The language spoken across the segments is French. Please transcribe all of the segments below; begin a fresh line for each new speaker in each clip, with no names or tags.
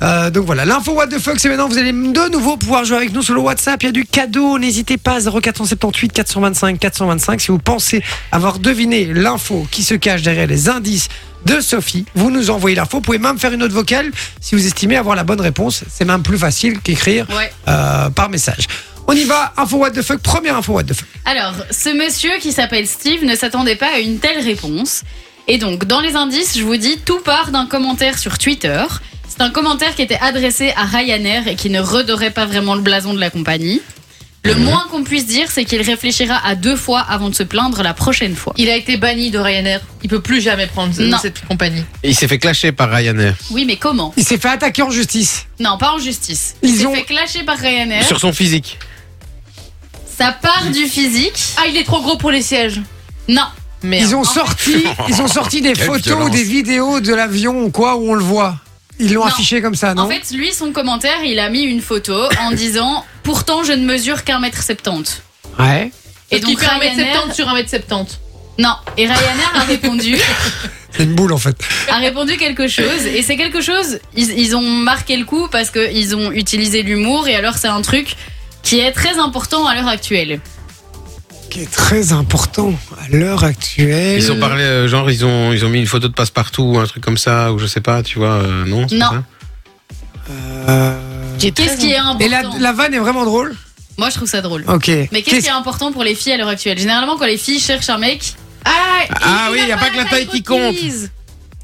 Euh, donc voilà, l'info What the fuck, c'est maintenant. Vous allez de nouveau pouvoir jouer avec nous sur le WhatsApp. Il y a du cadeau. N'hésitez pas. 0478 425 425. Si vous pensez avoir deviné l'info qui se cache derrière les indices de Sophie, vous nous envoyez l'info. Vous pouvez même faire une autre vocale si vous estimez avoir la bonne réponse. C'est même plus facile qu'écrire
Ouais.
euh, par message. On y va. Info What the fuck. Première info What the fuck.
Alors, ce monsieur qui s'appelle Steve ne s'attendait pas à une telle réponse. Et donc, dans les indices, je vous dis, tout part d'un commentaire sur Twitter. C'est un commentaire qui était adressé à Ryanair et qui ne redorait pas vraiment le blason de la compagnie. Le moins qu'on puisse dire, c'est qu'il réfléchira à deux fois avant de se plaindre la prochaine fois.
Il a été banni de Ryanair. Il peut plus jamais prendre ce-
Non.
cette compagnie.
Il s'est fait clasher par Ryanair
Oui, mais comment
Il s'est fait attaquer en justice.
Non, pas en justice.
Ils
Il s'est
ont-
fait clasher par
Eh
Ryanair.
sur son physique.
Ça part du physique.
Ah, il est trop gros pour les sièges. Ah
Non,
Merde.
Ils ont sorti, ils ont sorti des
Quelle
photos,
violence.
des vidéos de l'avion ou quoi où on le voit. Ils l'ont
Non.
affiché comme ça, non
En fait, lui, son commentaire, il a mis une photo en disant Pourtant, je ne mesure qu'un mètre septante.
Ouais.
Et
Et donc,
donc
fait 1m70
Ryanair.
sur 1m70.
Non, et Ryanair a répondu,
C'est une boule en fait.
a répondu quelque chose. Et c'est quelque chose, ils, ils ont marqué le coup parce qu'ils ont utilisé l'humour. Et alors, c'est un truc qui est très important à l'heure actuelle.
Qui est très important à l'heure actuelle.
Ils ont parlé, euh, genre, ils ont, ils ont mis une photo de passe-partout ou un truc comme ça, ou je sais pas, tu vois, euh, non c'est
Non.
pas ça
Euh,
Qu'est-ce qui est important
Et la, la vanne est vraiment drôle.
Moi, je trouve ça drôle.
Ok.
Mais qu'est-ce qui est important pour les filles à l'heure actuelle Généralement, quand les filles cherchent un mec,
Ah,
Ah oui, il n'y a pas que la taille qui compte.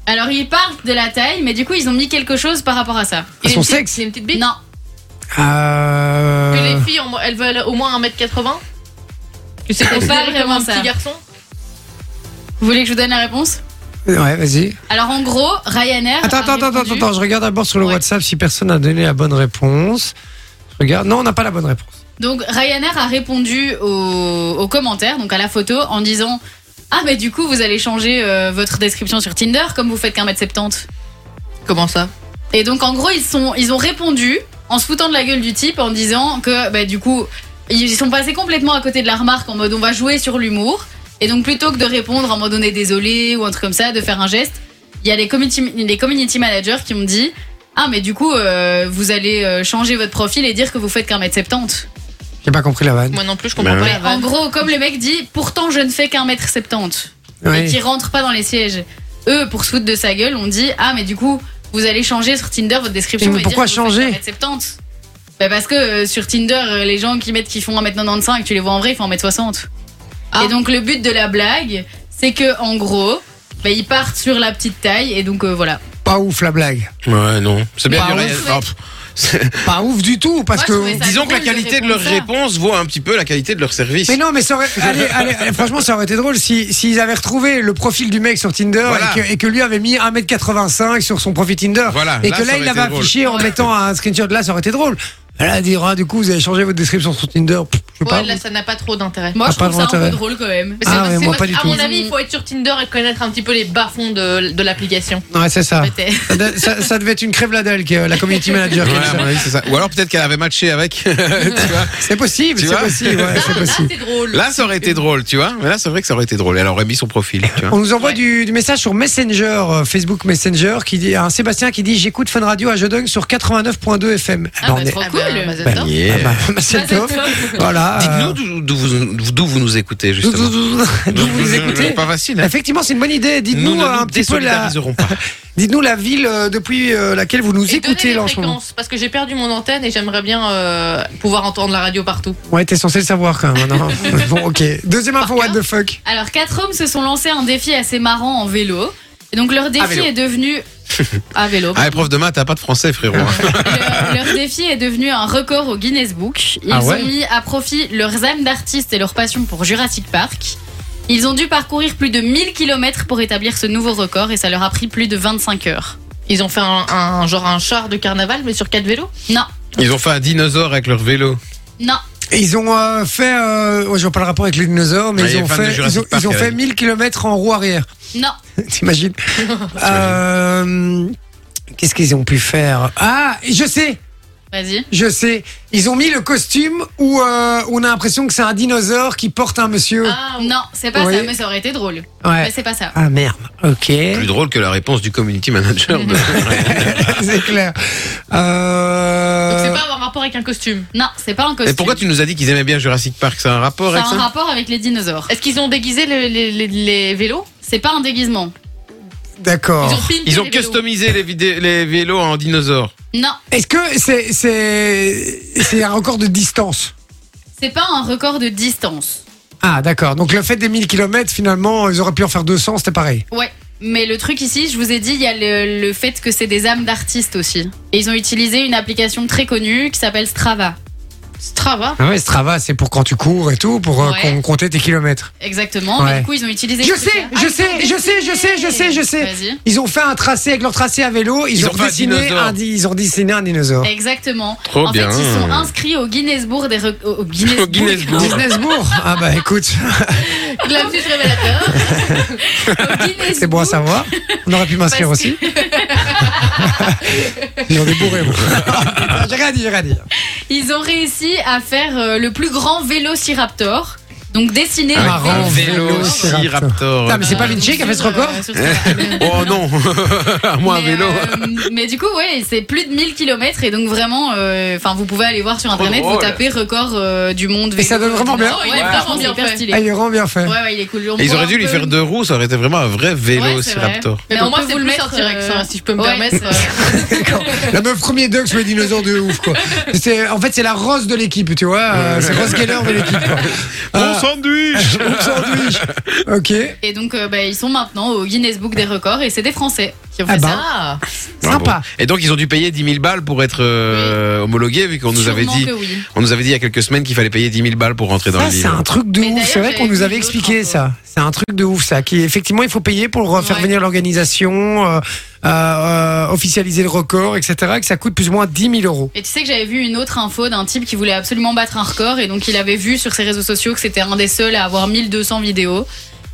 alors ils parlent de la taille, mais du coup, ils ont mis quelque chose par rapport à ça.
À
il
son
est petit-
sexe.
C'est une petite bite.
Non,
Euh,
Que les filles, ont- elles veulent au moins 1m80. Tu sais qu'on
C'est pas vraiment
un
ça.
petit garçon.
vous voulez que je vous donne la réponse
Ouais, vas-y.
Alors en gros, Ryanair.
Attends,
a
attends, attends,
répondu-
attends, attends, Je regarde d'abord sur le
Ouais.
WhatsApp si personne n'a donné la bonne réponse. Je regarde. Non, on n'a pas la bonne réponse.
Donc Ryanair a répondu aux, aux commentaires, donc à la photo, en disant Ah, mais du coup, vous allez changer euh, votre description sur Tinder comme vous faites qu'un mètre 70.
Comment ça
Et donc en gros, ils, sont, ils ont répondu en se foutant de la gueule du type en disant que bah, du coup, ils sont passés complètement à côté de la remarque en mode on va jouer sur l'humour. Et donc plutôt que de répondre en mode on est désolé ou un truc comme ça, de faire un geste, il y a les community, les community managers qui ont dit Ah, mais du coup, euh, vous allez euh, changer votre profil et dire que vous faites qu'un mètre 70.
J'ai pas compris la vanne.
Moi non plus, je comprends
Ben
pas.
ouais.
la
bah,
En
vanne.
gros, comme le mec dit, pourtant je ne fais qu'un mètre 70 et
Oui.
qui rentre pas dans les sièges. Eux, pour se foutre de sa gueule, on dit ah mais du coup vous allez changer sur Tinder votre description.
Mais
et
pourquoi
dire que vous
changer
faites 1m70 bah parce que euh, sur Tinder, euh, les gens qui mettent qui font 1m95, tu les vois en vrai, ils font 1m60.
Ah.
Et donc le but de la blague, c'est que en gros, bah, ils partent sur la petite taille et donc euh, voilà.
Pas ouf la blague.
Ouais, non. C'est bien
Bah,
du
ouais,
Ryanair.
ouais.
Ah, pff, c'est-
Pas ouf du tout parce
Moi, je
que.
trouvais ça
Disons que la
drôle de
qualité de leur
répondre ça.
réponse vaut un petit peu la qualité de leur service.
Mais non, mais ça aurait. Allez, allez, allez, franchement, ça aurait été drôle si s'ils avaient retrouvé le profil du mec sur Tinder
Voilà.
et, que, et que lui avait mis 1m85 sur son profil Tinder.
Voilà,
et
Ah, là,
que
ça
là,
aurait
il l'avait
été drôle.
affiché en mettant un screenshot. Là, ça aurait été drôle. Là, dire, ah, du coup, vous avez changé votre description sur Tinder. Pff, Je sais
Ouais,
pas.
là, ça n'a pas trop d'intérêt.
Moi
Ah,
je
pas
trouve ça un
d'intérêt.
peu drôle quand même.
Mais c'est-
Ah ouais,
c'est
moi,
parce
pas du
qu'à
tout.
mon avis, il faut être sur Tinder et connaître un petit peu les bas-fonds de, de l'application.
Ouais, c'est ça.
Peut-être.
Ça, de- ça- ça devait être une crève ladelle, qui, euh, la community manager. qui a
Ouais,
dit
à
ça.
mon avis, c'est ça. Ou alors peut-être qu'elle avait matché avec. tu vois.
C'est possible,
Tu
c'est
vois
possible. ouais,
Ah,
c'est
là,
possible.
c'est drôle.
Là, ça aurait été drôle, tu vois. Mais là, c'est vrai que ça aurait été drôle. Elle aurait mis son profil. Tu vois.
On nous envoie
Ouais.
du, du message sur Messenger, euh, Facebook Messenger, qui dit, un Sébastien qui dit J'écoute Fun Radio à Jeudung sur 89.2 FM.
Ah,
Ben,
bah,
on est-
trop
Ah
cool.
ben, bah,
bah,
j'adore.
Yeah.
ah, bah, c'est
Bah,
top. Voilà. euh,
Dites-nous d'où- d'où vous, d'où vous nous écoutez,
Ah D'où
justement.
vous nous écoutez
C'est pas facile. hein.
Effectivement, c'est une bonne idée.
Nous
Dites-nous euh,
ne
un
nous
petit peu la,
désolidariserons pas.
dites-nous la ville euh, depuis euh, laquelle vous nous
Et donnez
écoutez
les
là en ce moment.
fréquences, parce que j'ai perdu mon antenne et j'aimerais bien euh, pouvoir entendre la radio partout.
Ouais, t'es censé le savoir quand même. hein, non bon, ok. Deuxième info, what the fuck
Alors, quatre hommes se sont lancés un défi assez marrant en vélo. Et donc, leur défi
vélo.
est devenu. À vélo.
Ah, prof de maths, t'as pas de français, frérot. hein.
Le- leur défi est devenu un record au Guinness Book. Ils
Ah ouais
ont mis à profit leurs âmes d'artistes et leur passion pour Jurassic Park. Ils ont dû parcourir plus de 1000 km pour établir ce nouveau record et ça leur a pris plus de 25 heures.
Ils ont fait un, un- genre un char de carnaval, mais sur quatre vélos.
Non,
Ils ont fait un dinosaure avec leur vélo.
non,
Et Ils ont euh, fait, euh, ouais, je vois pas le rapport avec les dinosaures, mais
Ouais, il
ils
est
ont
fan de
fait,
Jurassic
ils ont,
Park,
ils ont fait
Eric.
1000 km en roue arrière.
non.
T'imagines Euh, Qu'est-ce qu'ils ont pu faire Ah, je sais
Vas-y.
Je sais. Ils ont mis le costume où euh, on a l'impression que c'est un dinosaure qui porte un monsieur.
Ah, oui.
Non, c'est pas
Oui.
ça, mais ça aurait été drôle. Mais
ouais.
c'est pas ça.
Ah merde. Ok.
Plus drôle que la réponse du community manager. de-
c'est clair. Euh,
Donc c'est pas avoir rapport avec un costume.
Non, c'est pas un costume.
Et pourquoi tu nous as dit qu'ils aimaient bien Jurassic Park C'est un rapport
C'est
avec
un
ça
rapport avec les dinosaures.
Est-ce qu'ils ont déguisé le- les, les- les vélos
C'est pas un déguisement.
D'accord.
Ils ont pimpé
Oh. Ils ont
les vélos.
customisé les, vidé- les vélos en dinosaures.
Non,
Est-ce que c'est c'est c'est un record de distance
c'est pas un record de distance.
Ah d'accord. Donc le fait des 1000 km finalement, ils auraient pu en faire 200, c'était pareil.
Ouais. Mais le truc ici, je vous ai dit, il y a le, le fait que c'est des âmes d'artistes aussi. Et ils ont utilisé une application très connue qui s'appelle Strava.
Strava.
Ah ouais, Strava, c'est pour quand tu cours et tout, pour euh,
Ouais.
qu'on- compter tes kilomètres.
Exactement.
Ouais.
Mais du coup, ils ont utilisé.
Je
ce
sais,
truc-là.
je
Ah,
sais,
ils ont
je sais, je sais, je sais, je sais.
Vas-y.
Ils ont fait un tracé avec leur tracé à vélo, ils,
Ils
ont,
ont fait un
dessiné
dinosaure.
un, di- ils ont dessiné un dinosaure.
Exactement.
Trop
en
bien.
fait, ils sont inscrits au Guinness Book des rec- au au Guinness
Au Guinness
Book.
Book.
Disneybourg Ah bah écoute,
La petite révélateur.
Au Guinness
c'est bon à
Book.
savoir. On aurait pu m'inscrire
Parce
aussi. Ils ont des bourrés, vous. j'ai rien dit, j'ai rien dit.
Ils ont réussi à faire euh, le plus grand vélociraptor. Donc dessiné
Ah,
avec-
marrant, vélo,
vélociraptor.
Putain, mais c'est pas Vinci qui a fait ce record
Sur Strava.
Oh non Moi, un
mais,
vélo
euh, mais du coup, ouais, c'est plus de 1000 km et donc vraiment, euh, enfin, vous pouvez aller voir sur internet, vous
drôle.
tapez record euh, du monde.
Et ça
vélo. Oh,
donne vraiment bien.
Ouais,
Il est
franchement,
vraiment
c'est
bien
hyper
fait.
stylé.
Ah, il est vraiment bien fait.
Ouais, ouais, il est cool. On
Et ils
pourra
auraient
un
dû lui
peu-
faire deux roues, ça aurait été vraiment un vrai vélociraptor.
Mais
Mais on
pour moi,
peut
c'est
vous le
plus
mettre,
un T-Rex,
euh,
hein, si je peux me
ouais.
permettre. euh,
La meuf premier dog sur les dinosaures de ouf quoi. C'est- En fait c'est la rose de l'équipe tu vois. euh, c'est Rose Geller de l'équipe quoi. Euh,
sandwich
bon sandwich. Ok.
Et donc, euh, bah, ils sont maintenant au Guinness Book des records et c'est des Français qui ont fait
Ah bah.
ça.
Ah,
Sympa.
Et donc, ils ont dû payer 10 000 balles pour être euh, homologués, vu qu'on nous avait
Sûrement
dit.
que oui.
On nous avait dit il y a quelques semaines qu'il fallait payer 10 000 balles pour rentrer dans
Ça
le
c'est
livre.
un truc de
Mais
ouf.
d'ailleurs,
C'est vrai qu'on
j'avais
nous avait
vu
expliqué
d'autres
ça. C'est un truc de ouf ça. Qui effectivement il faut payer pour euh, faire
Ouais.
venir l'organisation, euh, euh, euh, officialiser le record, etc. Et que ça coûte plus ou moins 10 000 euros.
Et tu sais que j'avais vu une autre info d'un type qui voulait absolument battre un record et donc il avait vu sur ses réseaux sociaux que c'était un des seuls à avoir 1200 vidéos.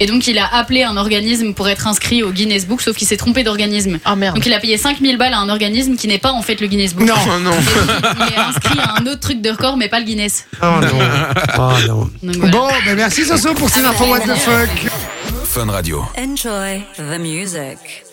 Et donc il a appelé un organisme pour être inscrit au Guinness Book, sauf qu'il s'est trompé d'organisme.
Ah, merde.
Donc il a payé 5000 balles à un organisme qui n'est pas en fait le Guinness Book.
Non.
Oh non
Et donc, Il est inscrit à un autre truc de record, mais pas le Guinness.
Oh non. Oh non.
Donc, voilà.
Bon,
Ah,
ben merci Soso pour ces infos what the fuck.
Enjoy the music.